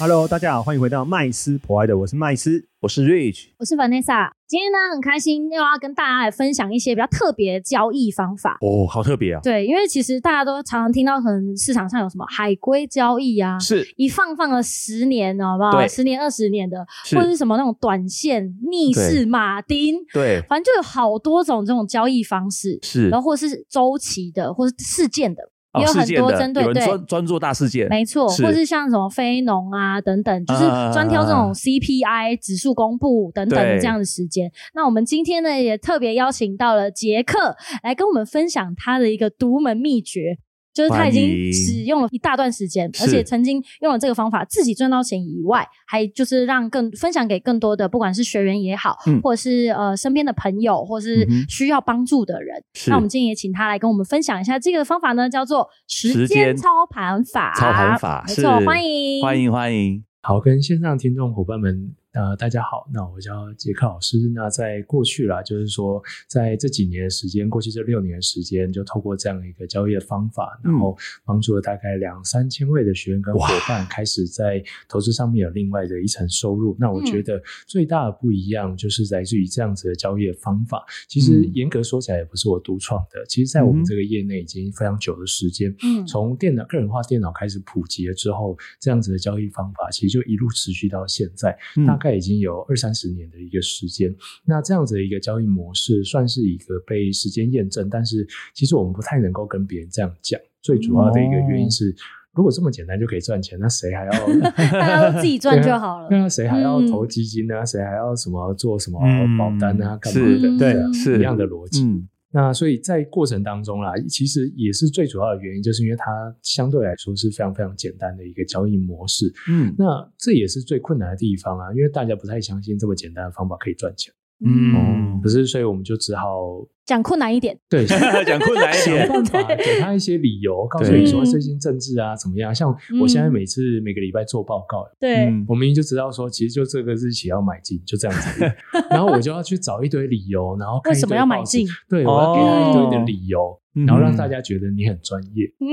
Hello，大家好，欢迎回到麦斯博爱的，我是麦斯。我是 Rich，我是 Vanessa，今天呢很开心又要跟大家来分享一些比较特别的交易方法。哦，好特别啊！对，因为其实大家都常常听到，可能市场上有什么海龟交易啊，是一放放了十年，好不好？对十年、二十年的，是或者是什么那种短线逆势马丁，对，反正就有好多种这种交易方式，是然后或者是周期的，或是事件的，哦也有事很件多的针对有人对专专做大事件，没错，是或是像什么非农啊等等，就是专挑这种 CPI 指数公布等等的对这样的时间。那我们今天呢，也特别邀请到了杰克来跟我们分享他的一个独门秘诀，就是他已欢经迎使用了一大段时间，而是且曾经用了这个方法自己赚到钱以外，还就是让更分享给更多的，不管是学员也好，嗯或者是呃身边的朋友，或是嗯哼需要帮助的人。是那我们今天也请他来跟我们分享一下这个方法呢，叫做时时间间操盘法。操盘法没是错，欢迎欢。迎欢迎，好，跟线上听众伙伴们，呃，大家好，那我叫杰克老师。那在过去啦，就是说在这几年的时间，过去这六年的时间，就透过这样一个交易的方法，嗯然后帮助了大概两三千位的学员跟伙伴开始在投资上面有另外的一层收入。那我嗯觉得最大的不一样就是来自于这样子的交易的方法。其实嗯严格说起来，也不是我独创的，其实在我嗯们哼这个业内已经非常久的时间。嗯从电脑个人化电脑开始普及了之后，这样子的交易方法其实就一路持续到现在，嗯大概已经有二三十年的一个时间。那这样子的一个交易模式，算是一个被时间验证，但是其实我们不太能够跟别人这样讲。最主要的一个原因是，如果这么简单就可以赚钱，那谁还要大家都自己赚就好了。对啊，谁还要嗯投基金呢、谁还要什么做什么嗯保单啊？干嘛是的？对嗯啊是一样的逻辑。嗯，那所以在过程当中啦，其实也是最主要的原因，就是因为它相对来说是非常非常简单的一个交易模式。嗯那这也是最困难的地方啊，因为大家不太相信这么简单的方法可以赚钱。嗯嗯可是，所以我们就只好讲困难一点，对讲困难一想点，办法给他一些理由，告诉你说最近政治啊怎么样。像嗯我现在每次每个礼拜做报告，对，嗯我明明就知道说，其实就这个日期要买进，就这样子。然后我就要去找一堆理由，然后看为一堆什么要买报纸进？对，我要给他一堆哦的理由，嗯然后让大家觉得你很专业。嗯，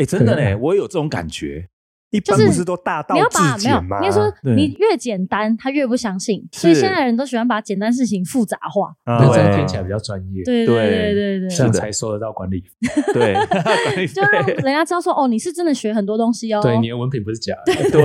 哎，真的呢，我有这种感觉，一般就是不是都大道你要把至没有，简吗？应该说对你越简单，他越不相信。所以是现在的人都喜欢把简单事情复杂化。啊那这样对听起来比较专业，对对对对对这对，样才收得到管理 费。对，就让人家知道说，哦，你是真的学很多东西哦。对，你的文凭不是假的。 对，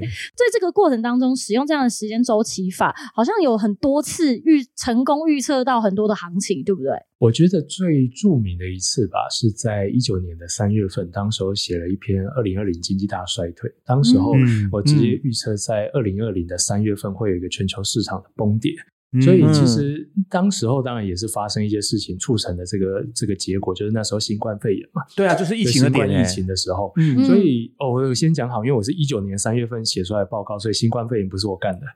在这个过程当中，使用这样的时间周期法，好像有很多次预成功预测到很多的行情，对不 对？我觉得最著名的一次吧，是在一九年的三月份，当时候写了一篇《二零二零经济大衰退》，当时候嗯我直接预测在二零二零的三月份会有一个全球市场的崩跌。所以嗯其实当时候当然也是发生一些事情，促成的这个这个结果，就是那时候新冠肺炎嘛，对啊，就是疫情的新点冠欸，疫情的时候。嗯，嗯所以哦，我有先讲好，因为我是一九年三月份写出来的报告，所以新冠肺炎不是我干的。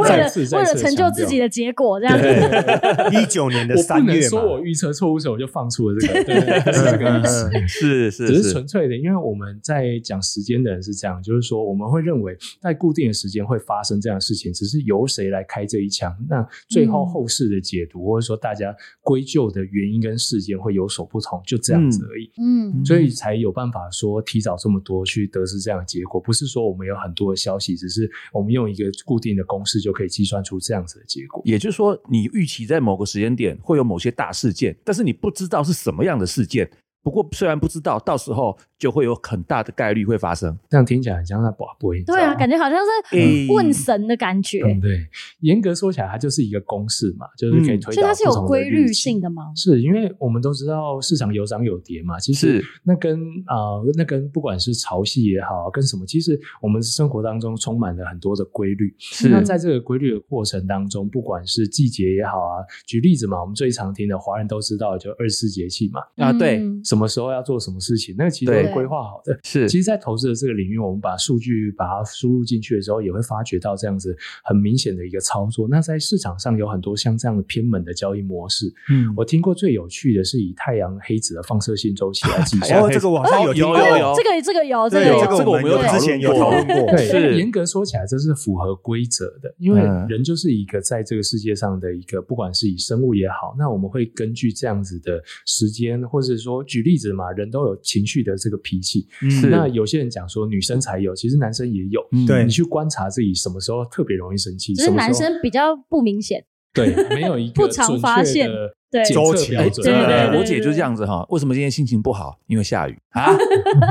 为再了次为再了次成就强自调己的结果，这样子。对，一九年的我不三能月嘛说，我预测错误，所以我就放出了这个，对对对是这个意思。嗯是是只是纯粹的，因为我们在讲时间的人是这样，就是说我们会认为在固定的时间会发生这样的事情，只是由谁来开这一枪。那最后嗯后世的解读，或者说大家归咎的原因跟事件会有所不同，就这样子而已。嗯所以才有办法说提早这么多去得知这样的结果，不是说我们有很多的消息，只是我们用一个固定的公式就可以计算出这样子的结果。也就是说，你预期在某个时间点会有某些大事件，但是你不知道是什么样的事件。不过虽然不知道，到时候就会有很大的概率会发生。嗯这样听起来很像在把播音，对啊，感觉好像是诶问神的感觉，嗯，对，严格说起来，它就是一个公式嘛，就是可以推嗯所以导、它是有规律性。的吗？是因为我们都知道市场有涨有跌嘛，其实是那跟啊、呃那跟不管是潮汐也好，跟什么，其实我们生活当中充满了很多的规律。是那在这个规律的过程当中，不管是季节也好啊，举例子嘛，我们最常听的华人都知道，就二十四节气嘛，啊，对，嗯什么时候要做什么事情，那个其实都对是规划好的。是其实，在投资的这个领域，我们把数据把它输入进去的时候，也会发觉到这样子很明显的一个操作。那在市场上有很多像这样的偏门的交易模式，嗯，我听过最有趣的是以太阳黑子的放射性周期来计算。哦，这个我好像有听过有有有哦这个这个有，这对个有这个这个我我们们有有之前有讨讨论论过，对，哦是严格说起来，这是符合规则的，因为嗯人就是一个在这个世界上的一个，不管是以生物也好，那我们会根据这样子的时间，或者说举例子嘛，人都有情绪的这个脾气。是那有些人讲说女生才有，其实男生也有。嗯对你去观察自己什么时候特别容易生气，只是什么时男候生比较不明显，对没有一个不常发现准确的对检测周期标哎准对真的对欸，对我姐就是这样子哈。为什么今天心情不好？因为下雨啊，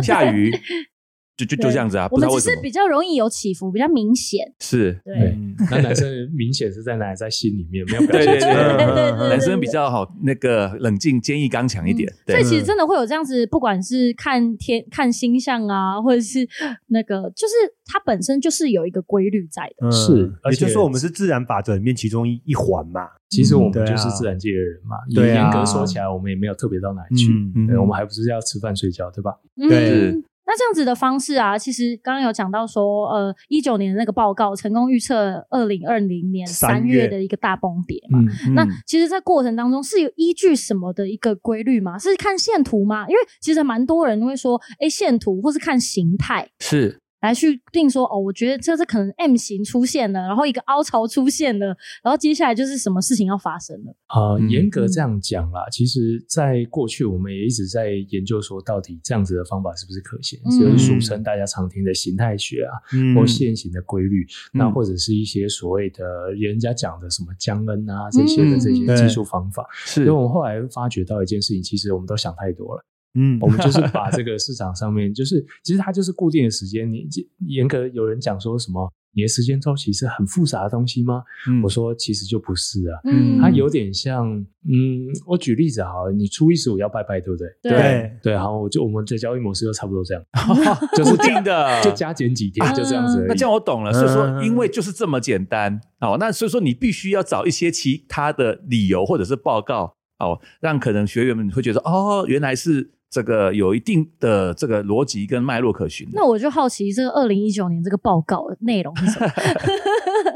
下雨就就就这样子啊，我不知们道为只什是么比较容易有起伏，比较明显。是。对嗯那男生明显是在哪里，在心里面没有表对对现出对，来。 对对对嗯对，男生比较好，那个冷静、坚毅、刚强一点。所对以，其实真的会有这样子，不管是看天、看星象啊，或者是那个，就是它本身就是有一个规律在的。嗯是而也且就是说我们是自然法则里面其中一一环嘛，其实我对们啊就是自然界的人嘛，以对啊严格说起来，我们也没有特别到哪里去。嗯对，嗯我们还不是要吃饭睡觉，对吧？对嗯，那这样子的方式啊，其实刚刚有讲到说，呃，一九年的那个报告成功预测二零二零年三三月月的一个大崩跌嘛。嗯，嗯那其实，在过程当中是有依据什么的一个规律吗？是看线图吗？因为其实蛮多人会说，哎，线图或是看形态是来去定说，哦，我觉得这是可能 M 型出现了，然后一个凹槽出现了，然后接下来就是什么事情要发生了。呃，嗯严格这样讲啦，其实，在过去我们也一直在研究说，到底这样子的方法是不是可行，嗯就是俗称大家常听的形态学啊，嗯或线形的规律，那嗯或者是一些所谓的人家讲的什么江恩啊这些的嗯这些技术方法。是所以我们后来发觉到一件事情，其实我们都想太多了。嗯我们就是把这个市场上面，就是其实它就是固定的时间。你严格有人讲说什么，你的时间周期是很复杂的东西吗？嗯我说其实就不是啊，嗯它有点像，嗯，我举例子好了，你初一十五要拜拜，对不对？对，对，好，我就我们的交易模式就差不多 这样，固定的， 啊就加减几天，就这样子而已。那这样我懂了，所以说嗯因为就是这么简单哦，那所以说你必须要找一些其他的理由或者是报告哦，让可能学员们会觉得哦，原来是这个有一定的这个逻辑跟脉络可循的那。我就好奇，这个二零一九年这个报告的内容是什么？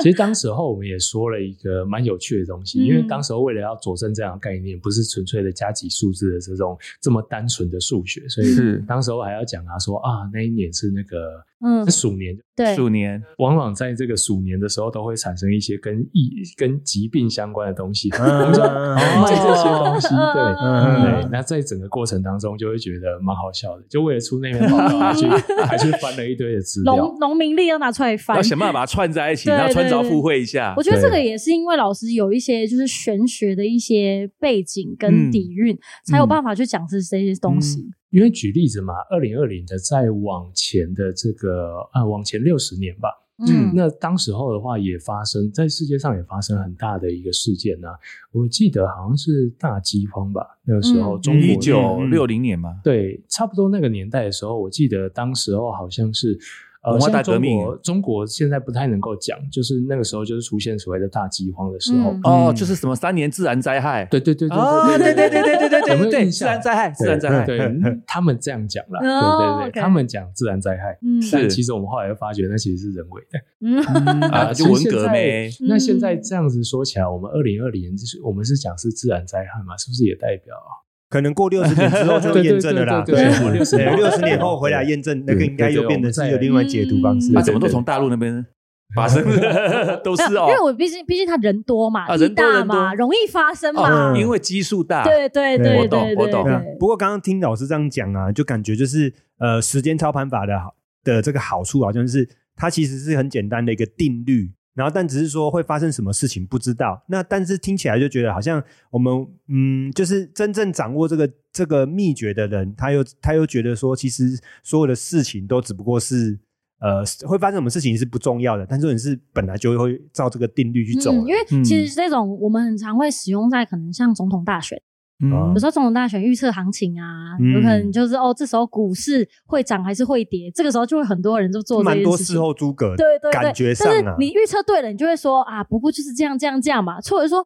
其实当时候我们也说了一个蛮有趣的东西，嗯因为当时候为了要佐证这样的概念，不是纯粹的加几数字的这种这么单纯的数学，所以是当时候还要讲啊说啊那一年是那个嗯是鼠年，对，数年往往在这个鼠年的时候都会产生一些跟疫跟疾病相关的东西，嗯我们说卖这些东西，哦对。嗯对，那在整个过程当中，就会觉得蛮好笑的。就为了出那篇报 告，还去还去翻了一堆的资料农。农民力要拿出来翻要。想办法把它串在一起，对然后穿凿对对附会一下我。觉得这对个也是因为老师有一些就是玄学的一些背景跟底蕴，才有办法去讲是这些东西。因为举例子嘛，二零二零的再往前的这个啊，往前六十年吧。嗯，那当时候的话，也发生在世界上也发生很大的一个事件呢、啊我记得好像是大饥荒吧，那个时候嗯中国一九六零年嘛，对，差不多那个年代的时候，我记得当时候好像是。呃，文化像大革命中国中国现在不太能够讲，就是那个时候就是出现所谓的大饥荒的时候。嗯哦，嗯就是什么三年自然灾害。对对对对哦，对对对对对对有对没有对，印自象然灾害，自然灾害。对，嗯他们这样讲啦， 哦对对 OK 对，他们讲自然灾害，嗯是但其实我们后来又发觉那其实是人为的嗯，啊就其实文现革在呗那现在嗯这样子说起来，我们二零二零就是我们是讲是自然灾害嘛，是不是也代表可能过六十年之后就验证了啦，对对对对对对对，对六十年后回来验证，那个应该又变成是有另外解读方式他对，啊怎么都从大陆那边发生， 都是哦 因为，我毕竟毕竟他人多嘛，啊地人多大人多嘛，容易发生哦嘛。因为基数大。对对对对我懂对我对懂对啊对。不过刚刚听老师这样讲啊，就感觉就是呃，时间操盘法的好的这个好处，好像是它其实是很简单的一个定律，然后但只是说会发生什么事情不知道。那但是听起来就觉得好像我们嗯，就是真正掌握这个这个秘诀的人，他又他又觉得说，其实所有的事情都只不过是。呃，会发生什么事情是不重要的，但是你是本来就会照这个定律去走的、嗯，因为其实这种我们很常会使用在可能像总统大选，嗯有时候总统大选预测行情啊，嗯有可能就是哦，这时候股市会涨还是会跌，这个时候就会很多人就做这蛮件多事事情。后诸葛，对对对，感觉上啊但是你预测对了，你就会说啊，不过就是这样这样这样嘛，或者说嘖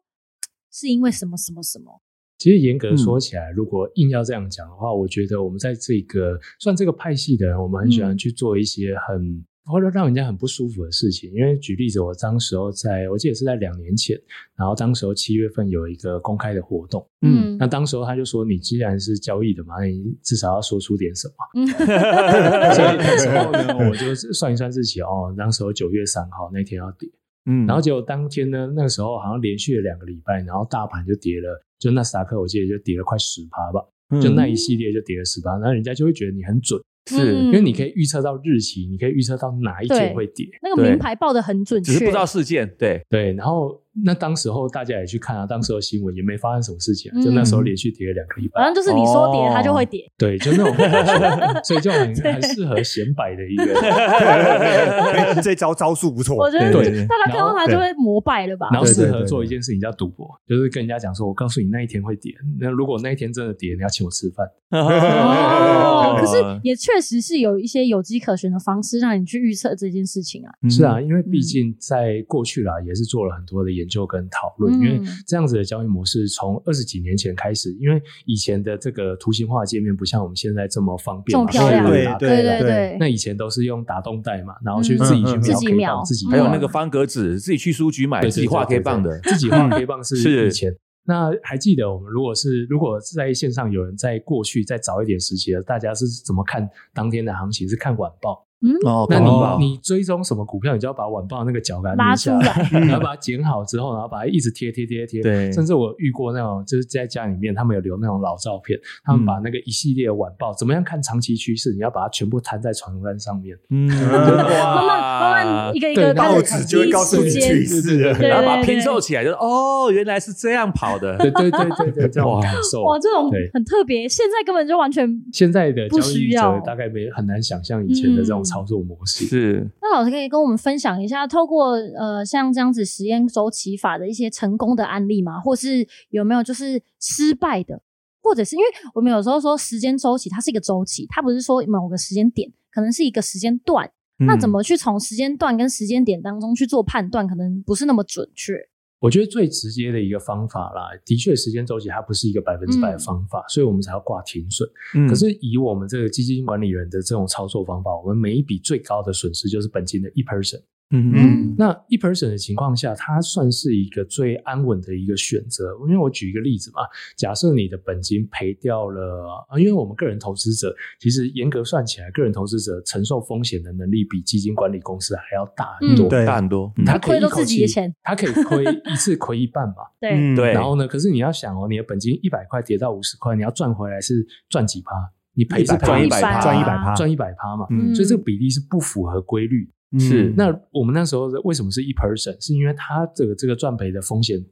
是因为什么什么什么，其实严格说起来，如果硬要这样讲的话，我觉得我们在这个算这个派系的人，我们很喜欢去做一些很或者让人家很不舒服的事情。因为举例子，我当时候在我记得是在两年前，然后当时候七月份有一个公开的活动，嗯嗯那当时候他就说，你既然是交易的嘛，那你至少要说出点什么。嗯所以那时候呢，我就算一算自己哦，那时候九月三号那天要跌，嗯然后结果当天呢，那个时候好像连续了两个礼拜，然后大盘就跌了，就纳斯达克我记得就跌了快十趴吧，就嗯那一嗯系列就跌了十趴，然后人家就会觉得你很准，是嗯因为你可以预测到日期，你可以预测到哪一对天会跌。那个名牌报的很准只是确，不知道事件，对，对，然后那当时候大家也去看啊，当时候新闻也没发生什么事情啊、嗯就那时候连续跌了两个礼拜好，像就是你说跌，哦它就会跌。对，就那种感觉，所以就 很很适合显摆的一个，哎 这招招数不错，我觉得对就对对大家看到它就会膜拜了吧？然后对对适合对做对一件事情叫赌博，就是跟人家讲说，我告诉你那一天会跌，那如果那一天真的跌，你要请我吃饭。哦，可嗯是也确实是有一些有机可循的方式让你去预测这件事情啊。嗯是啊，，因为毕竟在过去啦，也是做了很多的研究跟讨论，因为嗯这样子的交易模式从二十几年前开始，因为以前的这个图形化界面不像我们现在这么方便嘛，这么漂亮所以对打对对对，那以前都是用打洞带嘛，然后去自己嗯嗯嗯去描自己 K 描棒，自己还有画那个方格纸，自己去书局买，对自己画 K 棒，对的，对对自己画 K 棒是是以前。那还记得我们如果是如果在线上有人在过去再早一点时期的，大家是怎么看当天的行情？是看晚报。哦那看晚报你你追踪什么股票，你就要把晚报那个角给它捏拉出下来，来，然后把它剪好之后，然后把它一直贴贴贴贴。嗯对甚至我遇过那种，就是在家里面，他们有留那种老照片，他嗯们把那个一系列晚报怎么样看长期趋势，你要把它全部摊在床单上面。嗯，慢慢哇慢慢一个一对个然后报开纸始就会告诉你第一时趋间势了。对然后对把它拼对凑起来，就是哦，原来是这样跑的，对对对对对，这种感受。哇，这种对很特别，现在根本就完全。现在的交不需易要嗯者大概没很难想象以前的这种操作模式。是那老师可以跟我们分享一下，透过呃像这样子实验周期法的一些成功的案例吗？或是有没有就是失败的，或者是因为我们有时候说时间周期它是一个周期，它不是说某个时间点，可能是一个时间段。嗯那怎么去从时间段跟时间点当中去做判断，可能不是那么准确。我觉得最直接的一个方法啦，的确时间周期它不是一个百分之嗯百的方法，所以我们才要挂停损。嗯可是以我们这个基金管理人的这种操作方法，我们每一笔最高的损失就是本金的一 percent。嗯那一 percent 的情况下，它算是一个最安稳的一个选择。因为我举一个例子嘛，假设你的本金赔掉了，啊因为我们个人投资者其实严格算起来，个人投资者承受风险的能力比基金管理公司还要大很嗯多。对大很多，他嗯可以亏都自己的钱，他可以亏一次亏一半嘛。对，嗯对然后呢，可是你要想哦，你的本金一百块跌到五十块，你要赚回来是赚几趴？你赔是赔赚一100趴赚一百啊趴，赚一百趴嘛。嗯嗯所以这个比例是不符合规律的嗯是那我们那时候的为什么是一 person？是因为它这个这个赚赔的风险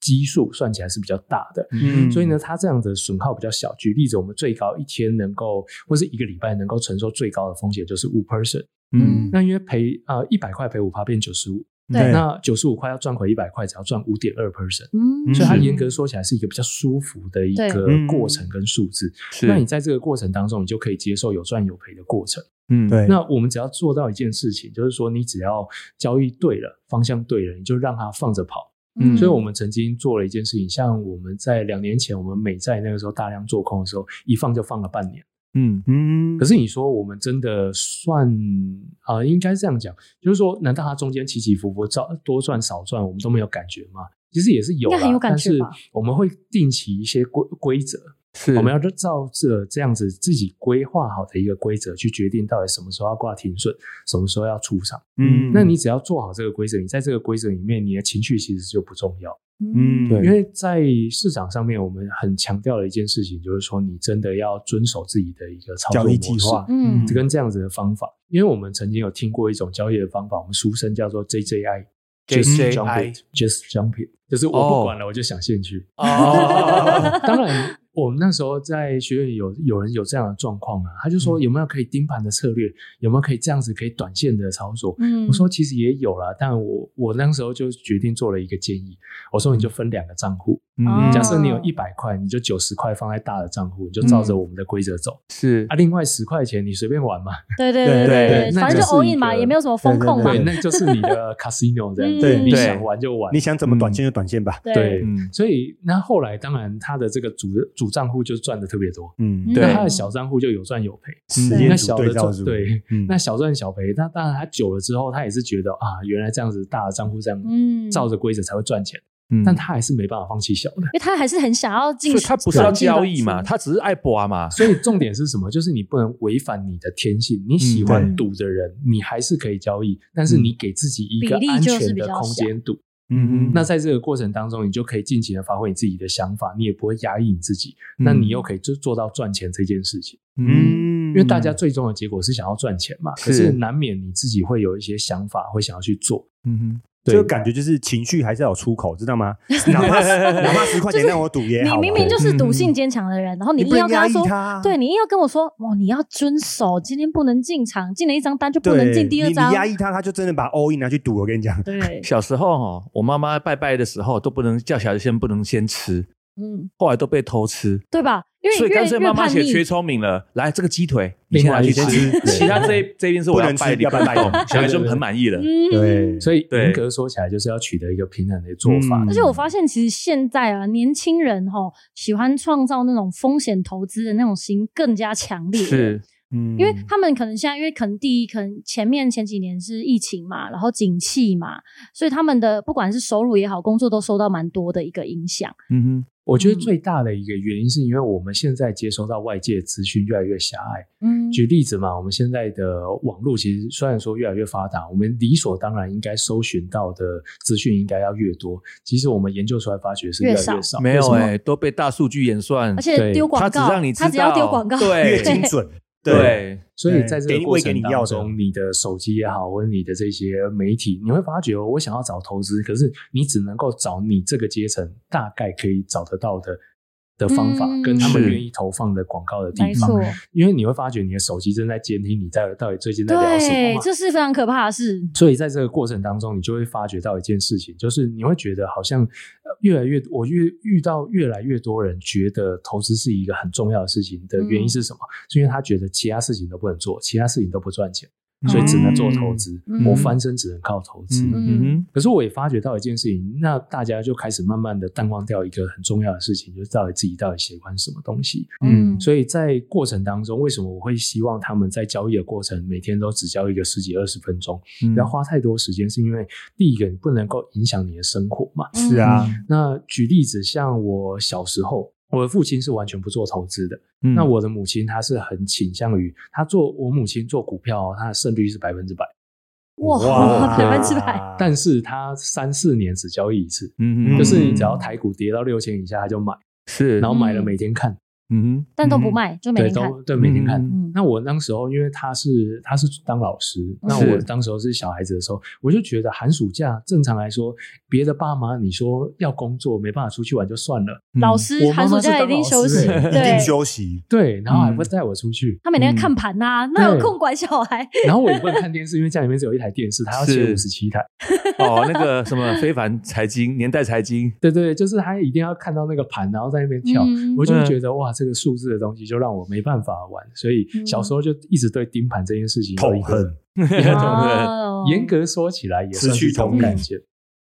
基数算起来是比较大的，嗯所以呢，它这样的损耗比较小。举例子，我们最高一天能够或是一个礼拜能够承受最高的风险就是五 person。嗯那因为赔啊一百块赔五趴变九十五，对那九十五块要赚回一百块，只要赚五点二 person。嗯所以它是严格说起来是一个比较舒服的一对个嗯过程跟数字。是那你在这个过程当中，你就可以接受有赚有赔的过程。嗯对，那我们只要做到一件事情，就是说你只要交易对了，方向对了，你就让它放着跑。嗯所以我们曾经做了一件事情，像我们在两年前，我们美债那个时候大量做空的时候，一放就放了半年。嗯嗯可是你说我们真的算啊、呃应该这样讲，就是说，难道它中间起起伏伏，照多赚少赚，我们都没有感觉吗？其实也是有啦，应该很有感觉吧但是我们会定期一些规规则，是我们要照着这样子自己规划好的一个规则去决定到底什么时候要挂停损，什么时候要出场。嗯那你只要做好这个规则，你在这个规则里面，你的情绪其实就不重要。嗯对因为在市场上面，我们很强调的一件事情就是说，你真的要遵守自己的一个操作交模易式。计划，嗯这跟这样子的方法，因为我们曾经有听过一种交易的方法，我们俗称叫做 JJI。Just jump JJI it, just jump it，就是我不管了，我就想进去。哦，当然，我们那时候在学院有有人有这样的状况啊，他就说有没有可以盯盘的策略，有没有可以这样子可以短线的操作？嗯我说其实也有啦，但我我那时候就决定做了一个建议，我说你就分两个账户，嗯嗯假设你有一百块，你就九十块放在大的账户，你就照着我们的规则走、是啊，另外十块钱你随便 玩嘛，对对对对对对，那反正就就是 all 一 in 嘛，个也没有什么风控嘛对对，，那就是你的 casino 这样子，嗯你对想玩就玩你。想怎么短线就短线吧。对，嗯所以那后来当然他的这个主主账户就赚的特别多，嗯，对嗯那他的小账户就有赚有赔。时对间那组小对的照赚组，对，嗯那小赚小赔，那当然他久了之后，他也是觉得啊，原来这样子大的账户这样嗯，照着规则才会赚钱，嗯但他还是没办法放弃小的。因为他还是很想要进所以，他不是啊要转进交房易嘛，子他只是爱刮嘛。所以重点是什么？就是你不能违反你的天性。你喜欢嗯赌的人，你还是可以交易，但是你给自己一个比例安就是全比的较空间赌。嗯那在这个过程当中，你就可以尽情的发挥你自己的想法，你也不会压抑你自己。嗯那你又可以就做到赚钱这件事情，嗯，因为大家最终的结果是想要赚钱嘛。是可是难免你自己会有一些想法，会想要去做。嗯对就感觉就是情绪还是要有出口，知道 吗？哪怕哪怕十块钱让我赌也好啊啊你嘛，明明就是赌性坚强的嗯人，然后你你硬不要能跟压他抑说，他，对你硬要跟我说，哇，你要遵守，今天不能进场，进了一张单就不能进第二你张嗯你。压抑他，他就真的把 all in 拿去赌。我跟你讲，对，小时候哦，我妈妈拜拜的时候都不能叫小孩先不能先吃，嗯，后来都被偷吃，对吧？因为所以越干脆越妈妈叛写缺逆，聪明了，来这个鸡腿你先拿去另外一吃边，吃其他这一这边是我不要能吃拜你要拜拜懂小孩对对就对很满意了。嗯，对，所以对严格说起来，就是要取得一个平衡的做法嗯。而且我发现，其实现在啊，年轻人哈、喜欢创造那种风险投资的那种心更加强烈。是，嗯因为他们可能现在，因为可能第一，可能前面前几年是疫情嘛，然后景气嘛，所以他们的不管是收入也好，工作都受到蛮多的一个影响。嗯我觉得最大的一个原因，是因为我们现在接收到外界资讯越来越狭隘。嗯，举例子嘛，我们现在的网络其实虽然说越来越发达，我们理所当然应该搜寻到的资讯应该要越多。其实我们研究出来发觉是越来越越少少，哼，没为有什么欸哎，都被大数据演算而，且对丢广告，他只让你知道，只要丢广告，对越精准，对，所以在这给个你过喂给你程要当的中，你的手机也好，或者你的这些媒体，你会发觉哦我想要找投资，可是你只能够找你这个阶层大概可以找得到的的方法，嗯跟他们是愿意投放的广告的没地错方，，因为你会发觉你的手机正在监听你在到底最近在聊什么对，嘛。这是非常可怕的事。所以在这个过程当中，你就会发觉到一件事情，就是你会觉得好像呃越来越，我越遇到越来越多人觉得投资是一个很重要的事情的原因是什么？是因为他觉得其他事情都不能做，其他事情都不赚钱，所以只能做投资。嗯我翻身只能靠投资。嗯可是我也发觉到一件事情，那大家就开始慢慢的淡忘掉一个很重要的事情，就是到底自己到底喜欢什么东西。嗯所以在过程当中，为什么我会希望他们在交易的过程每天都只交易个十几二十分钟？哼，嗯不要花太多时间，是因为第一个你不能够影响你的生活嘛。嗯是啊，那举例子，像我小时候，我的父亲是完全不做投资的，嗯那我的母亲她是很倾向于她做，我母亲做股票哦，她的胜率是百分之百，哇，哇嗯百分之百，但是她三四年只交易一次，嗯哼就是你只要台股跌到六千以下，她就买，是，然后买了嗯每天看，嗯哼，但都不卖，就每对，天看。都对每天看，嗯嗯那我那时候，因为他是他是当老师，那是我当时候是小孩子的时候，我就觉得寒暑假正常来说，别的爸妈你说要工作没办法出去玩就算了，老嗯我师妈妈嗯寒暑假是一定当休老师息，欸一定对，休息，对，然后还嗯不带我出去，他每天看盘呐，哪有空管小 孩？然后我也不能看电视，因为家里面只有一台电视，他要是切五十七台，哦，那个什么非凡财经年代财经，对对，对就是他一定要看到那个盘，然后在那边跳。嗯我就觉得哇，这个数字的东西就让我没办法玩，所以小时候就一直对盯盘这件事情有一痛个恨，嗯哦严格说起来也失算是去一种同感理觉。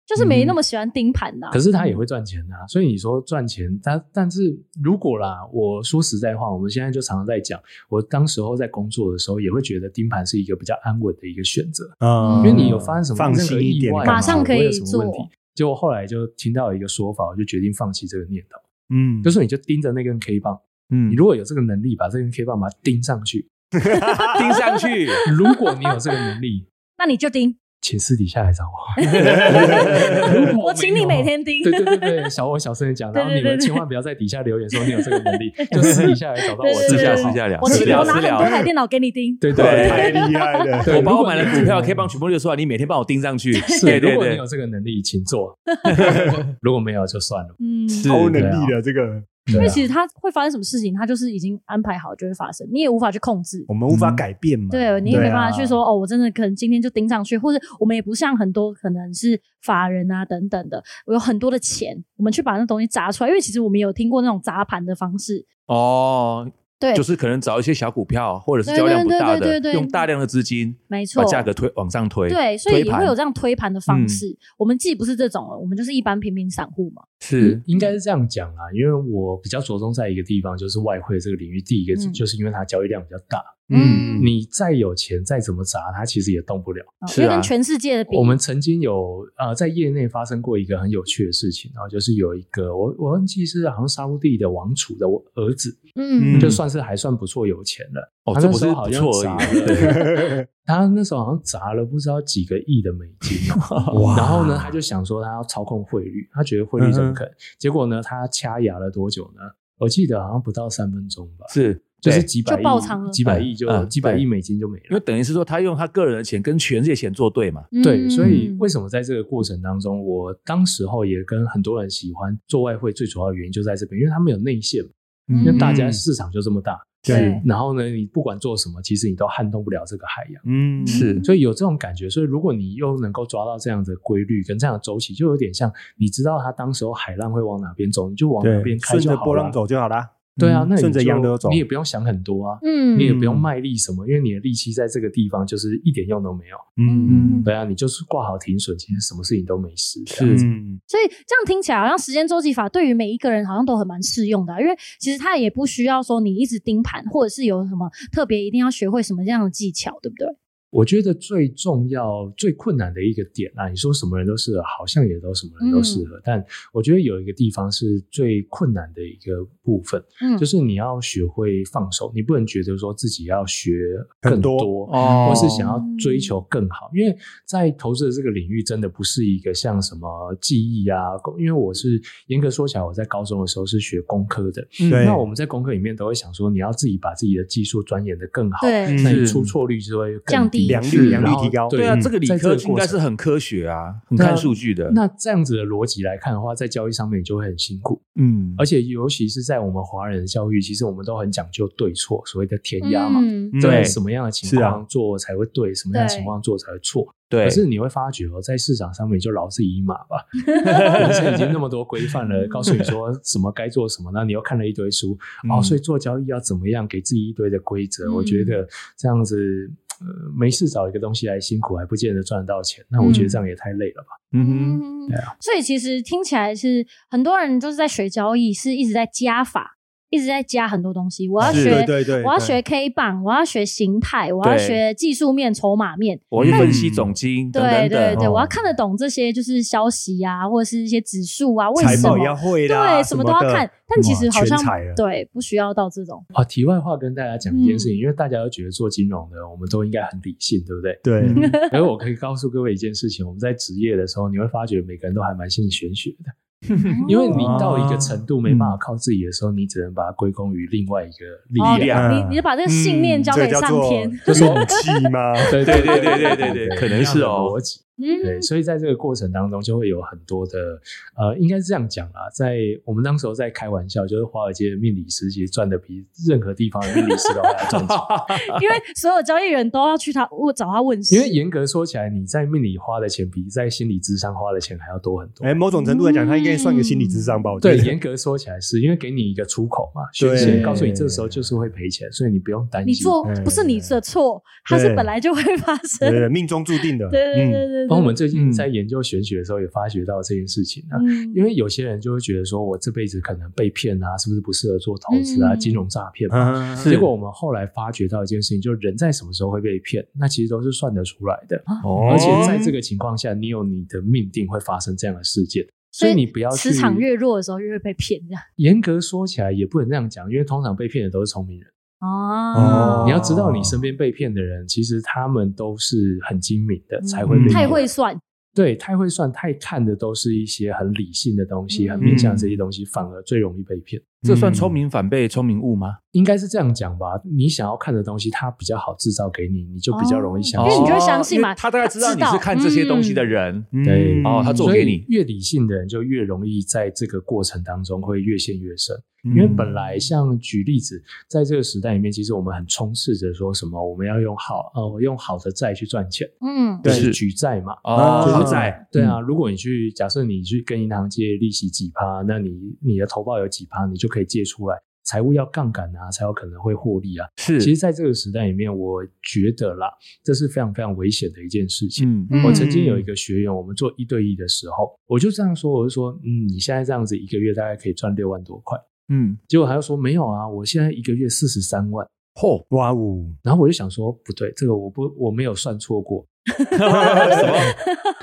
就是没那么喜欢盯盘的。可是他也会赚钱啊，所以你说赚钱，但但是如果啦，我说实在话，我们现在就常常在讲，我当时候在工作的时候，也会觉得盯盘是一个比较安稳的一个选择，嗯因为你有发生什么放任何心一意点外，干嘛马上可以或者什么问题做。结果后来就听到一个说法，我就决定放弃这个念头，嗯就是你就盯着那根 K 棒，嗯你如果有这个能力，把这根 K 棒把它盯上去，盯上去，如果你有这个能力，那你就盯，请私底下来找 我。如 果我请你没啊有每天盯。对 对对对，小我小声的讲，对然后你对对们对千万不要在底下留言说你有这个 能力，就私底下来找到我对私对下对私下聊，我私请聊我私拿很聊多。台电脑给你盯。对对太厉害了，对我把如我果嗯买的股票 K 棒全部列出来，你每天帮我盯上去。是，对如对果你对 有，这个能力，请做；如果没有就算了。嗯，是超对能力的这个，因对为啊其实它会发生什么事情，它就是已经安排好就会发生，你也无法去控制。我们无法改变嘛。对，你也对没啊办法去说、哦，我真的可能今天就盯上去，或者我们也不像很多可能是法人啊等等的，我有很多的钱，我们去把那东西砸出来。因为其实我们有听过那种砸盘的方式，哦，对，就是可能找一些小股票，或者是对交量不对对大对对的对，用大量的资金没错把，价格推往上推，对，所以推也盘会有这样推盘的方嗯式。我们既不是这种了，我们就是一般平民散户嘛。是应该是这样讲啦，因为我比较着重在一个地方，就是外汇这个领域。第一个嗯就是因为它交易量比较大，嗯你再有钱再怎么砸，它其实也动不了。哦是因为啊跟全世界的比，我们曾经有呃在业内发生过一个很有趣的事情，然后就是有一个我我忘记是好像沙乌地的王储的我儿子，嗯嗯就算是还算不错有钱了。哦他这那不时候是好不像错砸而已了 他那时候好像砸了不知道几个亿的美金哦、 哇然后呢，他就想说他要操控汇率，他觉得汇率嗯怎么可能？结果呢，他掐牙了多久呢？我记得好像不到三分钟吧，是，就是对几百就爆仓了亿，几百亿就、嗯嗯几百亿对美金就没了因为。等于是说他用他个人的钱跟全世界钱作对嘛，对，所以嗯为什么在这个过程当中，我当时候也跟很多人喜欢做外汇，最主要的原因就在这边，因为他们有内线嘛，嗯因为大家市场就这么大，对然后呢，你不管做什么，其实你都撼动不了这个海洋。嗯是所以有这种感觉，所以如果你又能够抓到这样的规律跟这样的周期，就有点像你知道它当时候海浪会往哪边走，你就往哪边对，嗯开顺就着好波了浪。走就好啦。对啊，嗯那你顺着就洋流走你也不用想很多啊，嗯你也不用卖力什么，因为你的力气在这个地方就是一点用都没有。嗯对啊，你就是挂好停损，其实什么事情都没事。这样是子嗯，所以这样听起来好像时间周期法对于每一个人好像都很蛮适用的啊、因为其实它也不需要说你一直盯盘，或者是有什么特别一定要学会什么这样的技巧，对不对？我觉得最重要、最困难的一个点啊，你说什么人都适合，好像也都什么人都适合，嗯但我觉得有一个地方是最困难的一个部分，嗯，就是你要学会放手，你不能觉得说自己要学更很多哦或是想要嗯追求更好，因为在投资的这个领域，真的不是一个像什么记忆啊，因为我是严格说起来，我在高中的时候是学工科的，对那我们在功课里面都会想说，你要自己把自己的技术钻研的更好，对，嗯那你是出错率就会更降低良率是良然率后提高。对啊，嗯这个理在这科个应该过程是很科学啊，很对啊看数据的。那嗯这样子的逻辑来看的话，在交易上面你就会很辛苦，嗯，而且尤其是在我们华人的教育，其实我们都很讲究对错，所谓的填鸭嘛，嗯嗯对什么样的情是况做才会对，什么样的对情况做才会错。对，可是你会发觉哦，在市场上面就饶是以马 吧，人生已经那么多规范了，告诉你说什么该做什么，那你又看了一堆书，嗯哦，所以做交易要怎么样，给自己一堆的规则。嗯我觉得这样子，呃，没事找一个东西来辛苦，还不见得赚得到钱。嗯那我觉得这样也太累了吧？嗯哼，嗯对，啊所以其实听起来是很多人就是在学交易，是一直在加法，一直在加很多东西。我要是学，对对对，我要对学 K 棒，我要学形态，我要对学技术面、筹码面，我去分析总经等对等嗯对等。对，哦我要看得懂这些就是消息啊，或者是一些指数啊，为财什报么也要会啦，对什么都要的看？但其哇实好全像才了对不需要到这种，嗯啊，题外话跟大家讲一件事情，嗯因为大家都觉得做金融的，我们都应该很理性，对不 对？对，嗯而我可以告诉各位一件事情，我们在职业的时候，你会发觉每个人都还蛮信玄学的， 因为你到一个程度没办法靠自己的时候，你只能把它归功于另外一个力哦，量。量嗯你你把这个信念交这给叫上做 天，运气吗？对对对对对对对可能是哦逻辑对，嗯，所以在这个过程当中，就会有很多的呃，应该是这样讲啦，在我们当时候在开玩笑，就是华尔街的命理师其实赚的比任何地方的命理师都还要赚钱。 因为所有交易员都要去他问找他问事，因为严格说起来，你在命理花的钱比在心理智商花的钱还要多很多。哎，某种程度来讲，他应该算个心理智商吧？我觉对，得严格说起来是因为给你一个出口嘛，宣对泄告诉你这个时候就是会赔钱，所以你不用担心。你做嗯不是你的错，它是对本来就会发生对，对，命中注定的。 对对嗯，对对。然后我们最近嗯在研究玄学的时候也发觉到这件事情啊，嗯因为有些人就会觉得说我这辈子可能被骗啊，是不是不适合做投资啊，嗯金融诈骗嘛。啊是结果我们后来发觉到一件事情，就是人在什么时候会被骗，那其实都是算得出来的。啊哦而且在这个情况下，你有你的命定会发生这样的事件，所以你不要去磁场越弱的时候越会被骗这样严格说起来也不能这样讲，因为通常被骗的都是聪明人。哦哦你要知道，你身边被骗的人，其实他们都是很精明的，才会被嗯骗太会算，对太会算、太看的都是一些很理性的东西，嗯很面向这些东西，反而最容易被骗。这算聪明反被聪明误吗？应该是这样讲吧。你想要看的东西，它比较好制造给你，你就比较容易相因为信。你就会相信嘛哦因为他大概知道他知你道是看这些东西的人，对哦他做嗯所以给你越理性的人就越容易在这个过程当中会越陷越深。因嗯为本来像举例子，在这个时代里面，其实我们很充斥着说什么我们要用好呃，我用好的债去赚钱，嗯，对就是举债嘛。哦，就是好就是在对啊，如果你去假设你去跟银行借利息几趴，那你你的投报有几趴，你就可以借出来。财务要杠杆啊，才有可能会获利啊。是，其实，在这个时代里面，我觉得啦，这是非常非常危险的一件事情。嗯嗯我曾经有一个学员，我们做一对一的时候，我就这样说，我就说，嗯，你现在这样子一个月大概可以赚六万多块。嗯，结果他就说没有啊，我现在一个月四十三万。嚯，哇哦，然后我就想说，不对，这个我不我没有算错过。什么？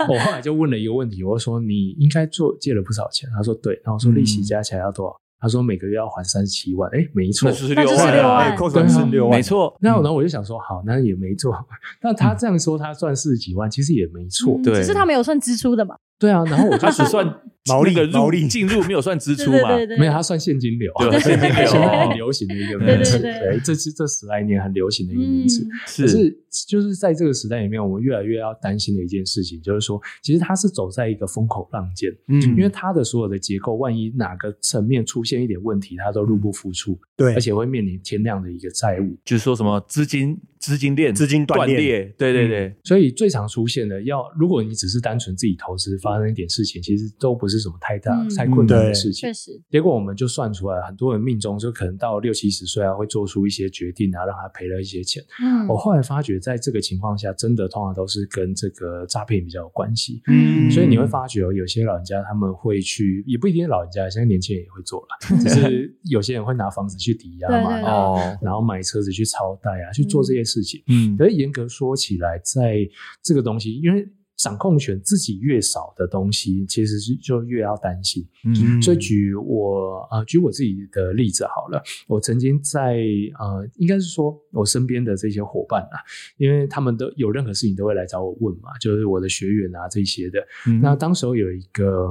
我后来就问了一个问题，我就说你应该做借了不少钱。他说对，然后我说嗯利息加起来要多少？他说每个月要还三十七万。哎，没错那，就是嗯那六就是万六啊，万哎，扣成是六万，没，错，那呢，我就想说，好，那也没错。那他嗯这样说，他赚四十几万，其实也没错。嗯对只是他没有算支出的嘛，对啊，然后我就他只说，算毛利那个入毛利进入，没有算支对出对嘛。对对，没有，他算现金流，啊对现金流现在很流行的一个名词，对对对对，这是这十来年很流行的一个名嗯，词。是可是，就是在这个时代里面，我们越来越要担心的一件事情，就是说，其实它是走在一个风口浪尖，嗯因为它的所有的结构，万一哪个层面出现一点问题，它都入不敷出，对而，且会面临天量的一个债务。就是说什么资金资金链资金断断裂裂，对对对，所以最常出现的要，如果你只是单纯自己投资发生一点事情，其实都不是什么太大、嗯太困难嗯对的事情确。实，结果我们就算出来，很多人命中就可能到六七十岁啊，会做出一些决定啊，让他赔了一些钱。嗯我后来发觉，在这个情况下，真的通常都是跟这个诈骗比较有关系。嗯所以你会发觉哦，有些老人家他们会去，也不一定是老人家，现在年轻人也会做了，只是有些人会拿房子去抵押嘛，对对对然后哦，然后买车子去超贷啊，去做这些事情。嗯可是严格说起来，在这个东西，因为掌控权自己越少的东西，其实是就越要担心。嗯所以举我啊、呃举我自己的例子好了。我曾经在呃，应该是说我身边的这些伙伴啊，因为他们都有任何事情都会来找我问嘛，就是我的学员啊这些的。嗯那当时候有一个。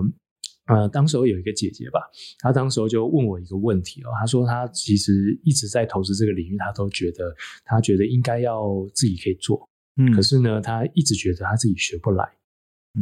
呃，当时候有一个姐姐吧，她当时候就问我一个问题哦，她说她其实一直在投资这个领域，她都觉得她觉得应该要自己可以做，嗯可是呢，她一直觉得她自己学不来。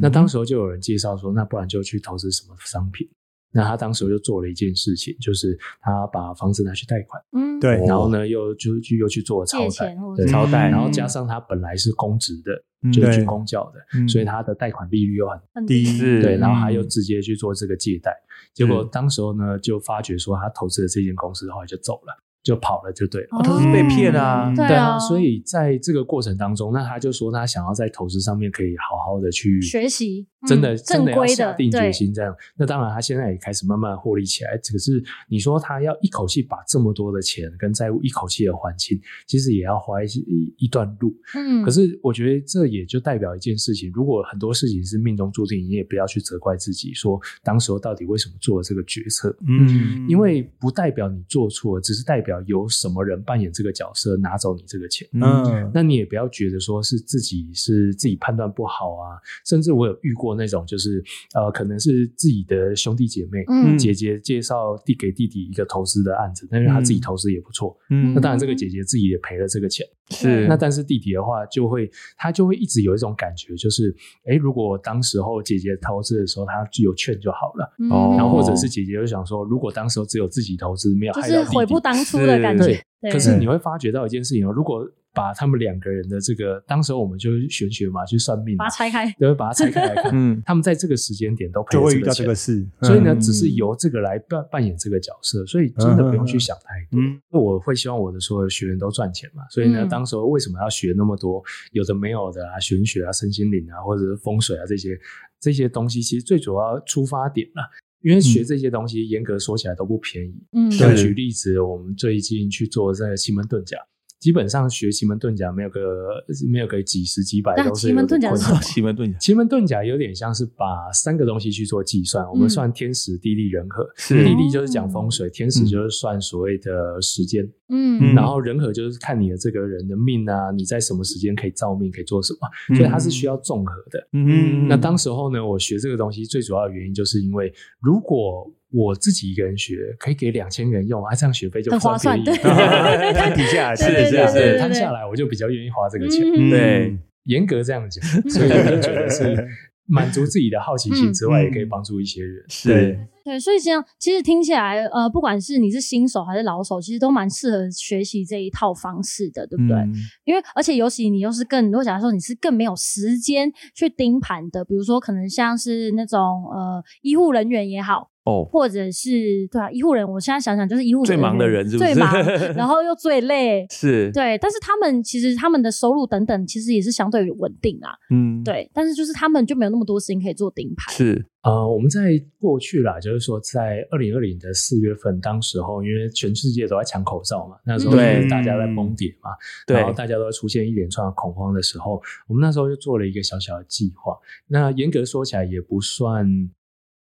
那当时候就有人介绍说，那不然就去投资什么商品。那他当时候就做了一件事情，就是他把房子拿去贷款，嗯，对哦然后呢又就就又去做超借贷钱，或者对是超贷然后加上他本来是公职的，嗯就是对军工教的，嗯所以他的贷款利率又很很第一是对，然后嗯他又直接去做这个借贷，结果当时候呢就发觉说他投资的这间公司后来就走了，就跑了就对了。哦他是被骗啊嗯，对对啊，啊，所以在这个过程当中，那他就说他想要在投资上面可以好好的去学习嗯真的、正真的要规的下定决对心这样。那当然，他现在也开始慢慢获利起来。可是你说他要一口气把这么多的钱跟债务一口气的还清，其实也要花一些一一段路。嗯，可是我觉得这也就代表一件事情：如果很多事情是命中注定，你也不要去责怪自己，说当时候到底为什么做了这个决策。嗯因为不代表你做错，只是代表有什么人扮演这个角色拿走你这个钱。嗯，那你也不要觉得说是自己是自己判断不好啊，甚至我有遇过那种就是呃，可能是自己的兄弟姐妹。嗯姐姐介绍弟给弟弟一个投资的案子，但是他自己投资也不错。嗯那当然，这个姐姐自己也赔了这个钱。是那但是弟弟的话，就会他就会一直有一种感觉，就是诶，如果当时候姐姐投资的时候，他就有劝就好了。嗯哦然后或者是姐姐就想说，如果当时候只有自己投资，没有就害是到弟弟，悔不当初的感觉是，对嗯可是你会发觉到一件事情哦，如果把他们两个人的这个，当时候我们就是玄学嘛，去算命嘛把它，拆开，对，把它拆开来看， 嗯他们在这个时间点都赔就了会遇到这钱个。事，所以呢，嗯只是由这个来扮扮演这个角色，所以真的不用去想太多。嗯我会希望我的所有学员都赚钱嘛，所以呢嗯，当时候为什么要学那么多有的没有的啊，玄学啊、身心灵啊，或者是风水啊这些这些东西，其实最主要出发点啊，因为学这些东西，严格说起来都不便宜。嗯，像对举例子，我们最近去做这个奇门遁甲，基本上学奇门遁甲没有个没有个几十几百那都是奇门有遁点甲困是难什么奇门遁甲奇门遁甲有点像是把三个东西去做计嗯算，我们算天时、地利、人和。是嗯地利就是讲风哦水，天时就是算所谓的时间，嗯然后人和就是看你的这个人的命啊，你在什么时间可以造命，可以做什么，嗯所以它是需要综合的。嗯 那当时候呢，我学这个东西最主要的原因就是因为，如果我自己一个人学，可以给两千元用，啊，这样学费就很算划算 便宜对摊底下来是对是对是对对摊对下来我就比较愿意花这个钱。嗯对严格这样讲，所以我就觉得是满足自己的好奇心之外，嗯也可以帮助一些人。是对，所以这样其实听起来，呃，不管是你是新手还是老手，其实都蛮适合学习这一套方式的，对不对？嗯因为而且尤其你又是更，如果假如说你是更没有时间去盯盘的，比如说可能像是那种呃医护人员也好，哦，或者是对啊医护人，我现在想想就是医护最忙的人是不最是 忙，然后又最累。是，对，但是他们其实他们的收入等等，其实也是相对稳定啊。嗯，，对，但是就是他们就没有那么多时间可以做盯盘。是，呃，我们在过去啦，就是说在二零二零的四月份，当时候因为全世界都在抢口罩嘛，那时候对是大家在崩跌嘛，对然后，大家都会出现一连串的恐慌的时候，我们那时候就做了一个小小的计划。那严格说起来，也不算。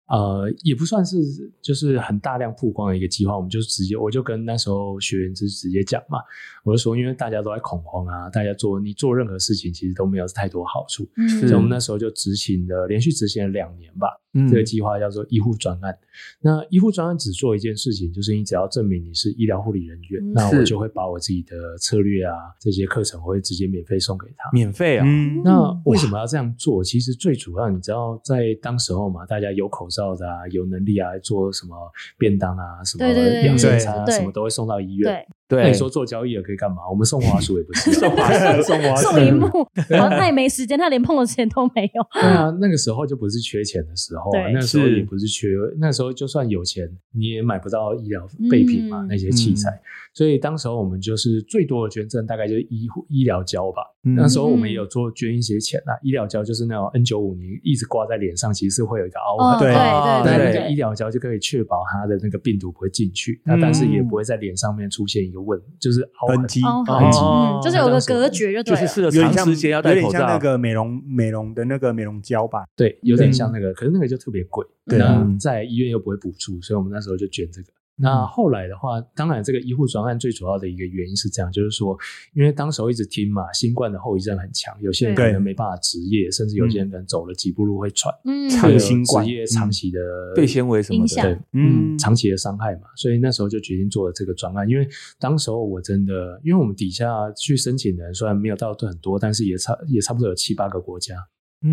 呃，也不算是就是很大量曝光的一个计划，我们就直接我就跟那时候学员就直接讲嘛，我就说，因为大家都在恐慌啊，大家做你做任何事情其实都没有太多好处，嗯是所以我们那时候就执行了连续执行了两年吧，嗯这个计划叫做医护专案。那医护专案只做一件事情，就是你只要证明你是医疗护理人员，嗯那是我就会把我自己的策略啊这些课程，我会直接免费送给他。免费啊，嗯那为什么要这样做？其实最主要，你知道，在当时候嘛，大家有口罩的啊，有能力啊，做什么便当啊，什么对对对养生餐啊，对什么都会送到医院对。，对，啊那你说做交易的可以干嘛？我们送花束也不是啊 送花束送花送 一幕，好像他也没时间，他连碰的时间都没有。对啊，那个时候就不是缺钱的时候啊，对那时候是也不是缺，那时候就算有钱，你也买不到医疗备品嘛，嗯那些器材。所以当时候我们就是最多的捐赠，大概就是医护医疗胶吧。嗯那时候我们也有做捐一些钱啊，医疗胶就是那种 N 九五，你一直挂在脸上，其实是会有一个凹痕。哦，对对啊但对对那个医对疗胶就可以确保它的那个病毒不会进去，那、但是嗯也不会在脸上面出现一个问，就是凹痕痕。迹对，哦，啊好很急嗯，就是有那个当时隔绝就就对是了。适有合点长像时间要有戴点口像罩那，个美容美容的那个美容胶吧，对，有点嗯像那个，可是那个就特别贵，对那嗯在医院又不会补助，所以我们那时候就捐这个。那后来的话，当然这个医护专案最主要的一个原因是这样，就是说，因为当时候一直听嘛，新冠的后遗症很强，有些人对嗯可能没办法执业，甚至有些人可能走了几步路会喘，嗯，长会有新冠职业长期的对纤维什么影响的，对，嗯嗯，长期的伤害嘛，所以那时候就决定做了这个专案。因为当时候我真的，因为我们底下去申请的人虽然没有到很多，但是也差也差不多有七八个国家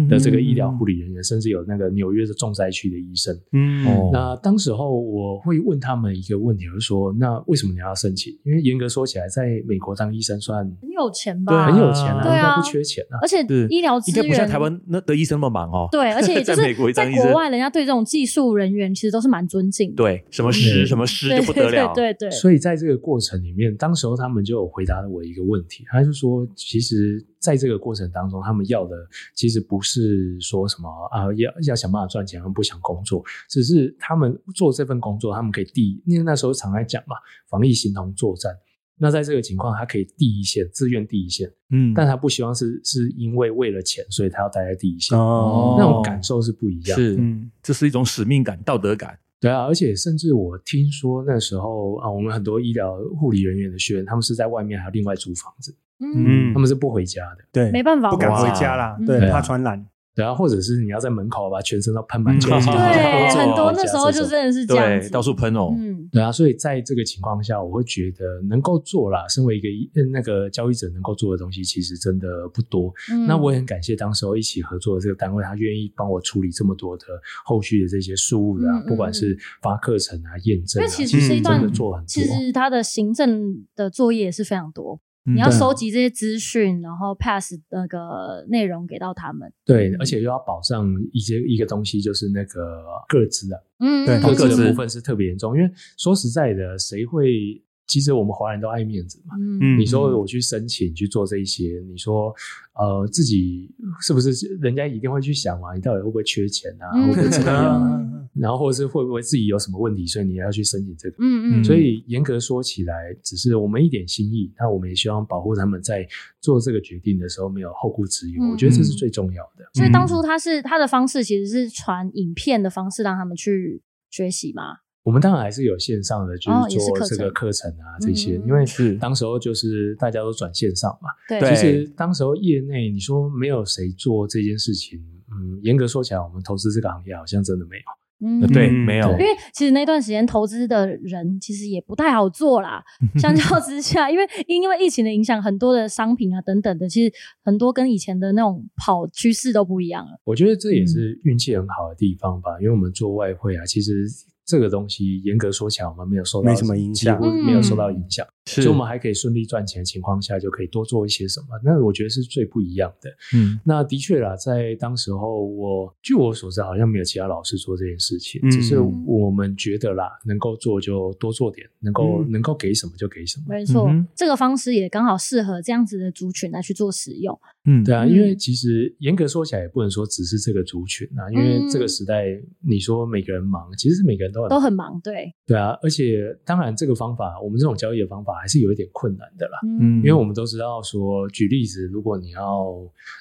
的这个医疗护理人员，甚至有那个纽约的重灾区的医生。嗯哦那当时候我会问他们一个问题，我就说：那为什么你要申请？因为严格说起来，在美国当医生算很有钱对吧？很有钱啊，对啊应该不缺钱啊。而且是医疗资应该源不像台湾那的医生那么忙哦，对，而且也就在美国是一张在医生国外，人家对这种技术人员其实都是蛮尊敬的。对，什么师嗯什么师就不得了，对对对对，所以在这个过程里面，当时候他们就有回答了我一个问题，他就说，其实在这个过程当中，他们要的其实不是说什么啊，要要想办法赚钱，他们不想工作，只是他们做这份工作，他们可以第一，因为那时候常在讲嘛，防疫形同作战。那在这个情况，他可以第一线，自愿第一线，嗯但他不希望是是因为为了钱，所以他要待在第一线，哦那种感啊受是不一样的。是，嗯这是一种使命感、道德感，对啊，而且甚至我听说那时候啊，我们很多医疗护理人员的学员，他们是在外面还要另外租房子，嗯，他们是不回家的。对，没办法，不敢我回家啦哇，对，嗯怕传染，对啊，或者是你要在门口把全身都喷满酒精，嗯 对，很多哦那时候就这真的是这样对，子，到处喷哦，嗯，对啊，所以在这个情况下，我会觉得能够做啦，身为一个医呃那个交易者能够做的东西，其实真的不多。嗯那我也很感谢当时候一起合作的这个单位，他愿意帮我处理这么多的后续的这些事务的、啊，嗯嗯不管是发课程啊、验证、啊，因为其实是一段真的做很多。其实他的行政的作业也是非常多，你要对啊收集这些资讯，然后 pass 那个内容给到他们。对，而且又要保障一些一个东西，就是那个个资啊，嗯，对嗯哦个嗯资资的部分是特别严重。因为说实在的，谁会？其实我们华人都爱面子嘛。嗯你说我去申请去做这一些，你说呃自己是不是人家一定会去想嘛？你到底会不会缺钱啊？嗯会不会怎么样啊？嗯 然后或者是会不会自己有什么问题，所以你要去申请这个？嗯嗯，所以严格说起来，只是我们一点心意，那我们也希望保护他们在做这个决定的时候没有后顾之忧。嗯我觉得这是最重要的。所以嗯当初他是他的方式其实是传影片的方式让他们去学习嘛。我们当然还是有线上的，就哦也是是做课这程个课程啊这些，嗯因为是当时候就是大家都转线上嘛。对对其实当时候业内你说没有谁做这件事情，嗯，严格说起来，我们投资这个行业好像真的没有。嗯呃对，嗯没有因为其实那段时间投资的人其实也不太好做 啦，相较之下，因为因为疫情的影响，很多的商品啊等等的，其实很多跟以前的那种跑趋势都不一样了。我觉得这嗯也是运气很好的地方吧，因为我们做外汇啊，其实这个东西严格说起来，我们没有受到没什么影响嗯几乎没有受到影响，是所以我们还可以顺利赚钱的情况下，就可以多做一些什么。那我觉得是最不一样的。嗯那的确啦，在当时候我，据我所知，好像没有其他老师做这件事情，嗯只是我们觉得啦，能够做就多做点，能够、嗯能够给什么就给什么。没错，嗯哼这个方式也刚好适合这样子的族群来去做使用。嗯对啊，嗯因为其实严格说起来，也不能说只是这个族群啊，因为嗯这个时代，你说每个人忙，其实每个人都很都很忙，对，对啊，而且当然这个方法，我们这种交易的方法还是有一点困难的啦。嗯因为我们都知道说，举例子，如果你要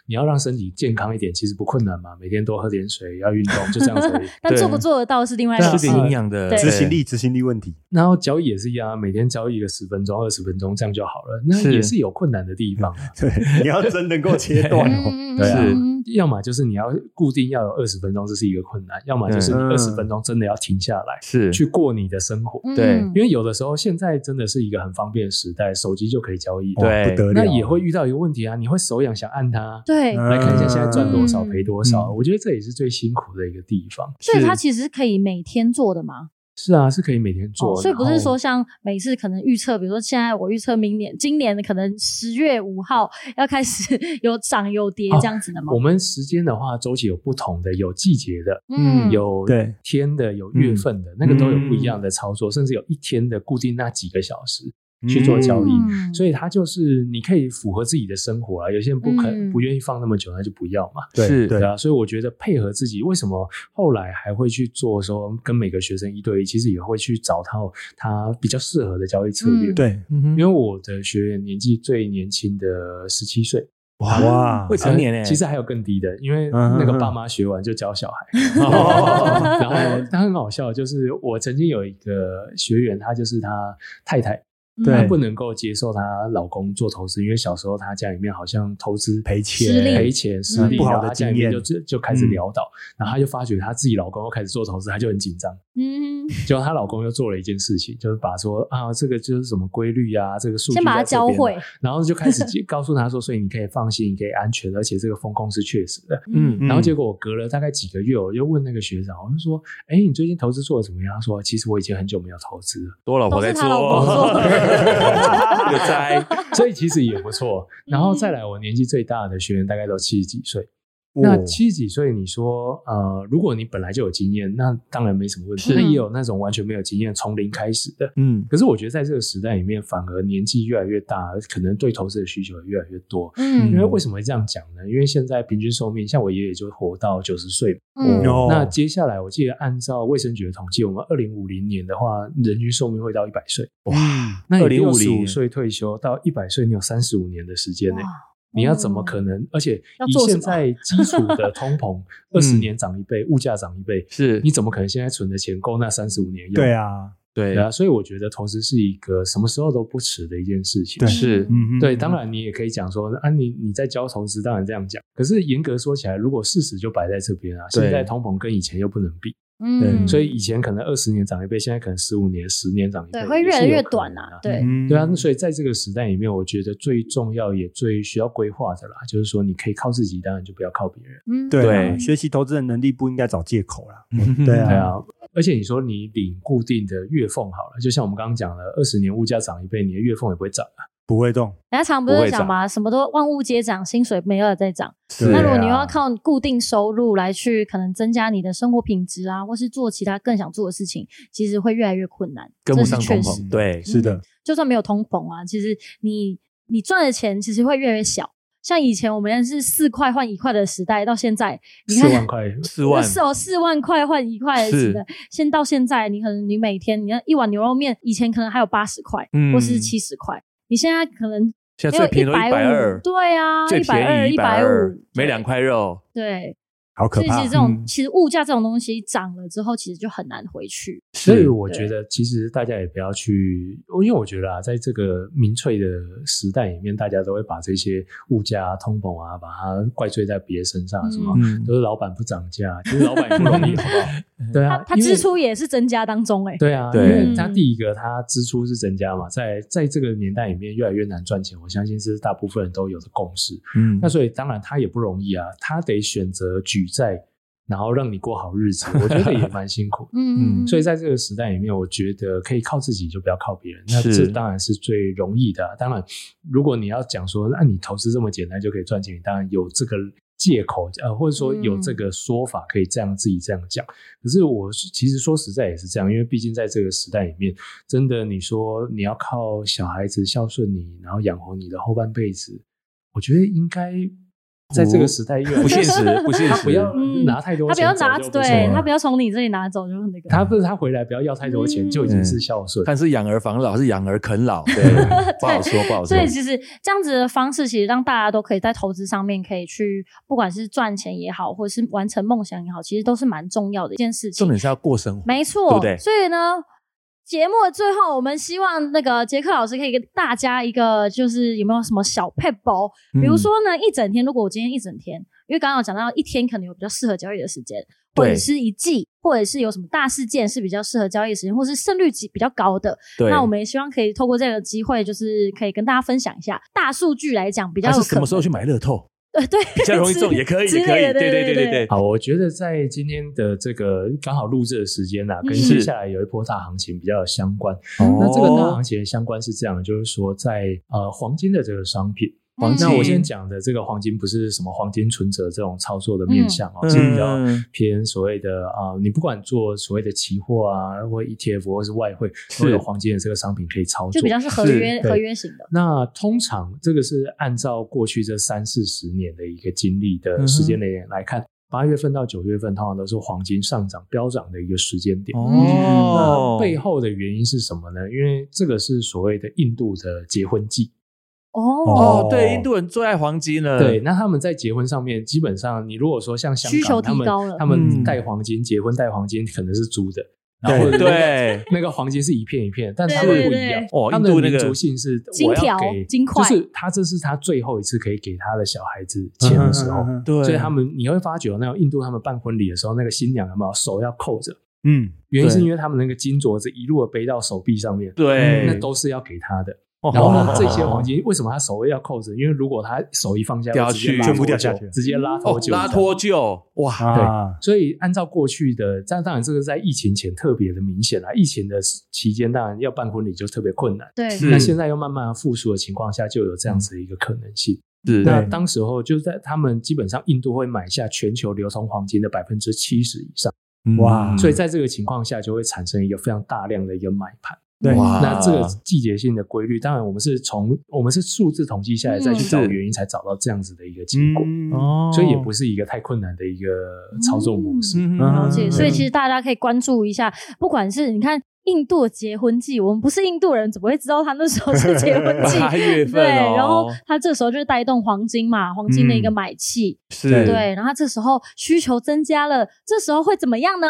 你要让身体健康一点，其实不困难嘛，每天多喝点水，要运动，就这样子而已。但对做不做得到是另外一回吃事。点营养的对执行力，执行力问题。 然后交易也是一样啊，每天交易个十分钟、二十分钟，这样就好了。那是也是有困难的地方啊、对，你要真能够切 断哦。嗯对啊嗯嗯要么就是你要固定要有二十分钟，这是一个困难；要么就是你嗯二十分钟真的要停下来，是去过你的生活。嗯对嗯因为有的时候现在真的是一个很方便的时代，手机就可以交易。对哇不得了，哎那也会遇到一个问题啊，你会手痒想按它，对，嗯哎来看一下现在赚多少嗯赔多少。嗯我觉得这也是最辛苦的一个地方。所以是它其实可以每天做的嘛。是啊，是可以每天做，哦所以不是然后说像每次可能预测，比如说现在我预测明年、今年可能十月五号要开始 有涨有跌哦这样子的吗我？们时间的话，周期有不同的，有季节的，嗯有对嗯天的，有月份的，那个都有不一样的操作，甚至有一天的固定那几个小时。去做交易嗯所以它就是你可以符合自己的生活啊，有些人不肯、嗯不愿意放那么久，那就不要嘛。对是对对啊，所以我觉得配合自己，为什么后来还会去做说跟每个学生一对一，其实也会去找到他比较适合的交易策略。嗯对，嗯哼因为我的学员年纪最年轻的十七岁，哇未成年呃欸其实还有更低的，因为嗯那个嗯嗯爸妈学完就教小孩， 哦 然后他很好笑，就是我曾经有一个学员，他就是他太太，对嗯她不能够接受她老公做投资，因为小时候她家里面好像投资赔钱失利赔钱失利，不好的然后她家里面就经就就开嗯始潦倒，然后她就发觉她自己老公又开始做投资，她就很紧张。嗯，结果她老公又做了一件事情，就是把说啊这个就是什么规律啊，这个数据先把它在这教边啊会，然后就开始告诉他说，所以你可以放心，你可以安全，而且这个风控是确实的。嗯嗯然后结果我隔了大概几个月，我就问那个学长，我就说：“哎，你最近投资做的怎么样？”他说：“其实我已经很久没有投资了，多老婆在都是她老公做做，这个灾，所以其实也不 错。”然后嗯再来，我年纪最大的学员大概都七十几岁。那嗯哇七十几岁，你说呃，如果你本来就有经验，那当然没什么问题。是那也有那种完全没有经验，从零开始的。嗯，可是我觉得在这个时代里面，反而年纪越来越大，可能对投资的需求也越来越多。因嗯为为什么会这样讲呢？因为现在平均寿命，像我爷爷就活到九十岁。嗯哦那接下来，我记得按照卫生局的统计，我们二零五零年的话，人均寿命会到一百岁。哇，那二你零六五十零五岁退休到一百岁，你有三十五年的时间呢、哇哦你要怎么可能？而且要以做什现么在基础的 通膨，二十年涨一倍，物价涨一倍，是你怎么可能现在存的钱够那三十五年用？对，啊，对对啊。所以我觉得投资是一个什么时候都不迟的一件事情。对是嗯，对，当然你也可以讲说啊，你你在教投资，当然这样讲。可是严格说起来，如果事实就摆在这边啊，对现在通膨跟以前又不能比，对嗯，所以以前可能二十年涨一倍，现在可能十五年、十年涨一倍，对会越来越短呐、啊，对，嗯对啊，那所以在这个时代里面，我觉得最重要也最需要规划的啦，就是说你可以靠自己，当然就不要靠别人。嗯对啊，对学习投资的能力不应该找借口 啦。对对啊，嗯啊，而且你说你领固定的月俸好了，就像我们刚刚讲了，二十年物价涨一倍，你的月俸也不会涨啊。不会动，人家常不不是会讲涨嘛，什么都万物皆涨，薪水没有在涨。对那啊如果你又要靠固定收入来去可能增加你的生活品质啊，或是做其他更想做的事情，其实会越来越困难。跟不上这是确通实膨，对，是嗯的，就算没有通膨啊，其实你你赚的钱其实会越来越小。像以前我们是四块换一块的时代，到现在你四看万块，四万是哦，四万块换一块的是时代，现到现在你可能你每天你看一碗牛肉面，以前可能还有八十块，嗯或是七十块，你现在可能现在没有最便宜都150一百二，对啊，最便宜一一百百二五，，每两块肉，对，好可所以其怕实这。种、嗯其实物价这种东西涨了之后，其实就很难回去。所以是我觉得，其实大家也不要去，因为我觉得啊，在这个民粹的时代里面，大家都会把这些物价、啊、通膨啊，把它怪罪在别人身上，啊什么、嗯嗯都是老板不涨价，其实老板也不容易， 好不好？对他啊，他因为支出也是增加当中、欸，哎，对啊，对因为他第一个他支出是增加嘛，在在这个年代里面越来越难赚钱，我相信是大部分人都有的共识。嗯那所以当然他也不容易啊，他得选择举债，然后让你过好日子，我觉得也蛮辛苦的。嗯，所以在这个时代里面，我觉得可以靠自己，就不要靠别人。那是这当然是最容易的啊、当然，如果你要讲说，那你投资这么简单就可以赚钱，你当然有这个借口，呃，或者说有嗯这个说法可以这样自己这样讲。可是我是其实说实在也是这样，因为毕竟在这个时代里面，真的你说你要靠小孩子孝顺你，然后养活你的后半辈子，我觉得应该在这个时代越来越不现实，不现他实，不要嗯拿太多他不要钱走拿，就对错他了不要从你这里拿走，就是那个。他不是他回来不要要太多钱，嗯就已经是孝顺。看是养儿防老还是养儿啃老，对，不好说，不好说所。以其实这样子的方式，其实让大家都可以在投资上面可以去，不管是赚钱也好，或者是完成梦想也好，其实都是蛮重要的一件事情重。点是要过生活，没错，对不对所以呢，节目的最后，我们希望那个杰克老师可以给大家一个，就是有没有什么小 p e p 比嗯如说呢，一整天，如果我今天一整天，因为刚刚有讲到一天可能有比较适合交易的时间，或者对是一季，或者是有什么大事件是比较适合交易的时间，或是胜率比比较高的，对，那我们也希望可以透过这个机会，就是可以跟大家分享一下大数据来讲比较还有是可什么时候去能？买乐透？呃，对，比较容易之中也可以，之也可以类，的对对对对对。好，我觉得在今天的这个刚好录制的时间啊，跟嗯接下来有一波大行情比较有相关。哦那这个大行情的相关是这样的，就是说在呃黄金的这个商品，嗯黄那金我先讲的这个黄金不是什么黄金存折这种操作的嗯面向哦，是比较嗯偏所谓的啊、呃你不管做所谓的期货啊，或 ETF 或是外汇，都是有黄金的这个商品可以操作，就比较是合是约对合约型的。那通常这个是按照过去这三四十年的一个经历嗯哼的时间点来看，八、月份到九月份通常都是黄金上涨飙涨的一个时间点。哦那，背后的原因是什么呢？因为这个是所谓的印度的结婚季，哦，哦，对，印度人最爱黄金了，对，，那他们在结婚上面，基本上你如果说像香需求港，提他们高了他们嗯带黄金、结婚带黄金可能是租的，然后对对， 那个黄金是一片一片，但对他们不对一样对。哦他们印度的那个民族性是金我要条给，金块就是他这是他最后一次可以给他的小孩子钱的时候。嗯嗯嗯嗯对，所以他们你会发觉，那种印度他们办婚礼的时候，那个新娘有没有手要扣着？嗯，原因是对因为他们那个金镯子一路的背到手臂上面，对那都是要给他的。哦然后呢，这些黄金为什么他手要扣着？因为如果他手一放下，掉会直接去拉全部掉脱臼下去直接拉哦脱臼，拉脱臼，哇，啊，所以按照过去的，但当然这个在疫情前特别的明显啦。疫情的期间，当然要办婚礼就特别困难。对，是那现在又慢慢复苏的情况下，就有这样子的一个可能性。是那对当时候就在他们基本上印度会买下全球流通黄金的百分之七十以上，嗯哇所以在这个情况下就会产生一个非常大量的一个买盘。对，哇那这个季节性的规律，当然我们是从我们是数字统计下来再去找嗯是原因，才找到这样子的一个结果。嗯，哦所以也不是一个太困难的一个操作模式。嗯了解，嗯所以其实大家可以关注一下，不管是你看印度的结婚季，我们不是印度人，怎么会知道他那时候是结婚 季？八月对，份哦，嗯然后他这时候就是带动黄金嘛，黄金的一个买气，是对，然后这时候需求增加了，这时候会怎么样 呢？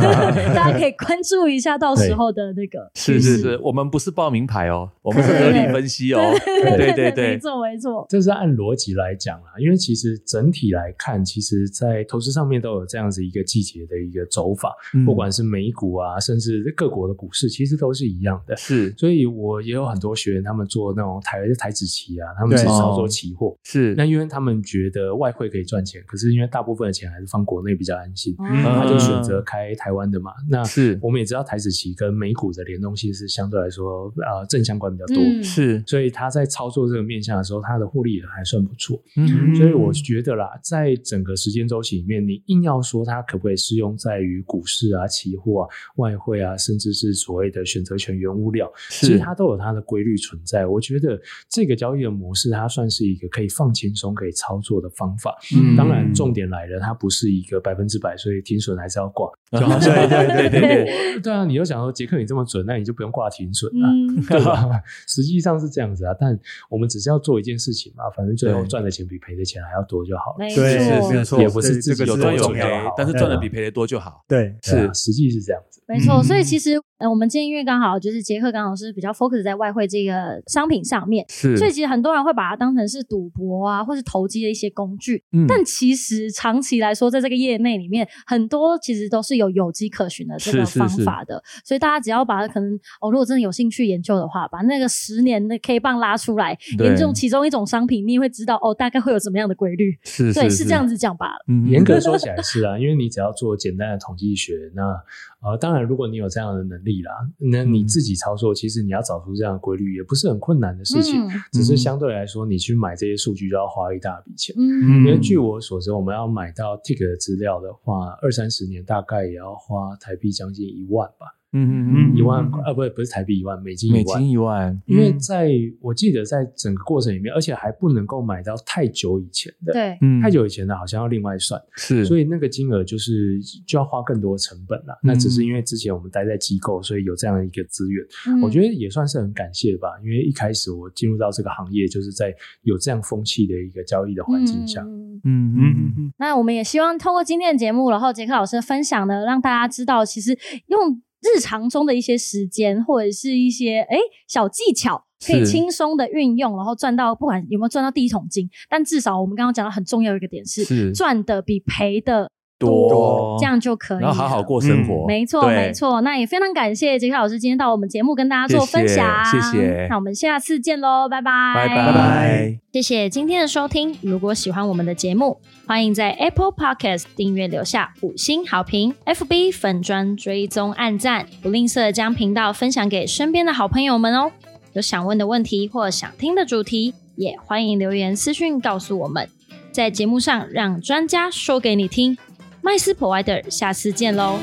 大家可以关注一下到时候的那个是趋是势。是，我们不是报名牌哦，我们是合理分析哦，对对没对，错没错，这是按逻辑来讲啦，因为其实整体来看，其实在投资上面都有这样子一个季节的一个走法，不管是美股啊，甚至各国的股市，其实都是一样的。是所以我也有很多学员，他们做那种台台子期啊，他们对是操作哦期货。是，那因为他们觉得外汇可以赚钱，可是因为大部分的钱还是放国内比较安心，嗯哦他就选嗯择开台湾的嘛。那是我们也知道台子期跟美股的联动性是相对来说呃正相关比较多。嗯是，所以他在操作这个面向的时候，他的获利也还算不错。嗯所以我觉得啦，在整个时间周期里面，你硬要说它可不可以适用在于股市啊、期货啊、外汇啊，甚至至是所谓的选择权原物料，其实是它都有它的规律存在。我觉得这个交易的模式，它算是一个可以放轻松、可以操作的方法。嗯当然，重点来了，它不是一个百分之百，所以停损还是要 挂。就好像对对对对对，对啊，你又想说杰克你这么准，那你就不用挂停损啊。嗯，对吧？ 实际上是这样子啊，但我们只是要做一件事情嘛，反正最后对赚的钱比赔的钱还要多就好了。没对是是错，没错，也不对是自己这个有是赚最有重要的赔好，但是赚的对比赔的多就好。对对是啊，实际是这样子。没错。嗯所以其实呃，我们今天因为刚好就是杰克刚好是比较 focus 在外汇这个商品上面，是所以其实很多人会把它当成是赌博啊，或是投机的一些工具。嗯但其实长期来说，在这个业内里面，很多其实都是有有迹可循的这个是是方法的。所以大家只要把它可能哦，如果真的有兴趣研究的话，把那个十年的 K 棒拉出来，对研究其中一种商品，你也会知道哦，大概会有怎么样的规律。是对，是这样，子讲吧。嗯严格说起来是啊，因为你只要做简单的统计学，那呃，当然如果你有这样的能力啦，那嗯你自己操作，其实你要找出这样的规律也不是很困难的事情，嗯只是相对来说，你去买这些数据就要花一大笔钱。嗯因为据我所知，我们要买到 TIG 的资料的话，二三十年大概也要花台币将近一万吧。嗯嗯嗯，一万块，呃，不是不是台币一万，美金美一万。金一万，因为在我记得，在整个过程里面，而且还不能够买到太久以前的，，对，嗯太久以前的好像要另外算，是，所以以那个金额就是就要花更多成本了。那只是因为之前我们待在机构，所以有这样一个资源，我觉得得也算是很感谢吧。因为一开始我进入到这个行业，就是在有这样风气的一个交易的环境下，嗯嗯嗯，那我们也希望通过今天的节目，然后杰克老师的分享呢，让大家知道，其实用日常中的一些时间或者是一些哎小技巧，可以是轻松的运用，然后赚到不管有没有赚到第一桶金，但至少我们刚刚讲到很重要一个点是是赚的比赔的多这样就可以了，然后好好过生活，嗯没错，对没错。那也非常感谢杰克老师今天到我们节目跟大家做分享，谢谢谢谢那我们下次见喽，拜拜，拜拜拜拜。谢谢今天的收听。如果喜欢我们的节目，欢迎在 Apple Podcast 订阅留下五星好评，FB 粉砖追踪按赞，不吝啬将频道分享给身边的好朋友们哦。有想问的问题或想听的主题，也欢迎留言私讯告诉我们，在节目上让专家说给你听。麦斯 Provider，下次见喽。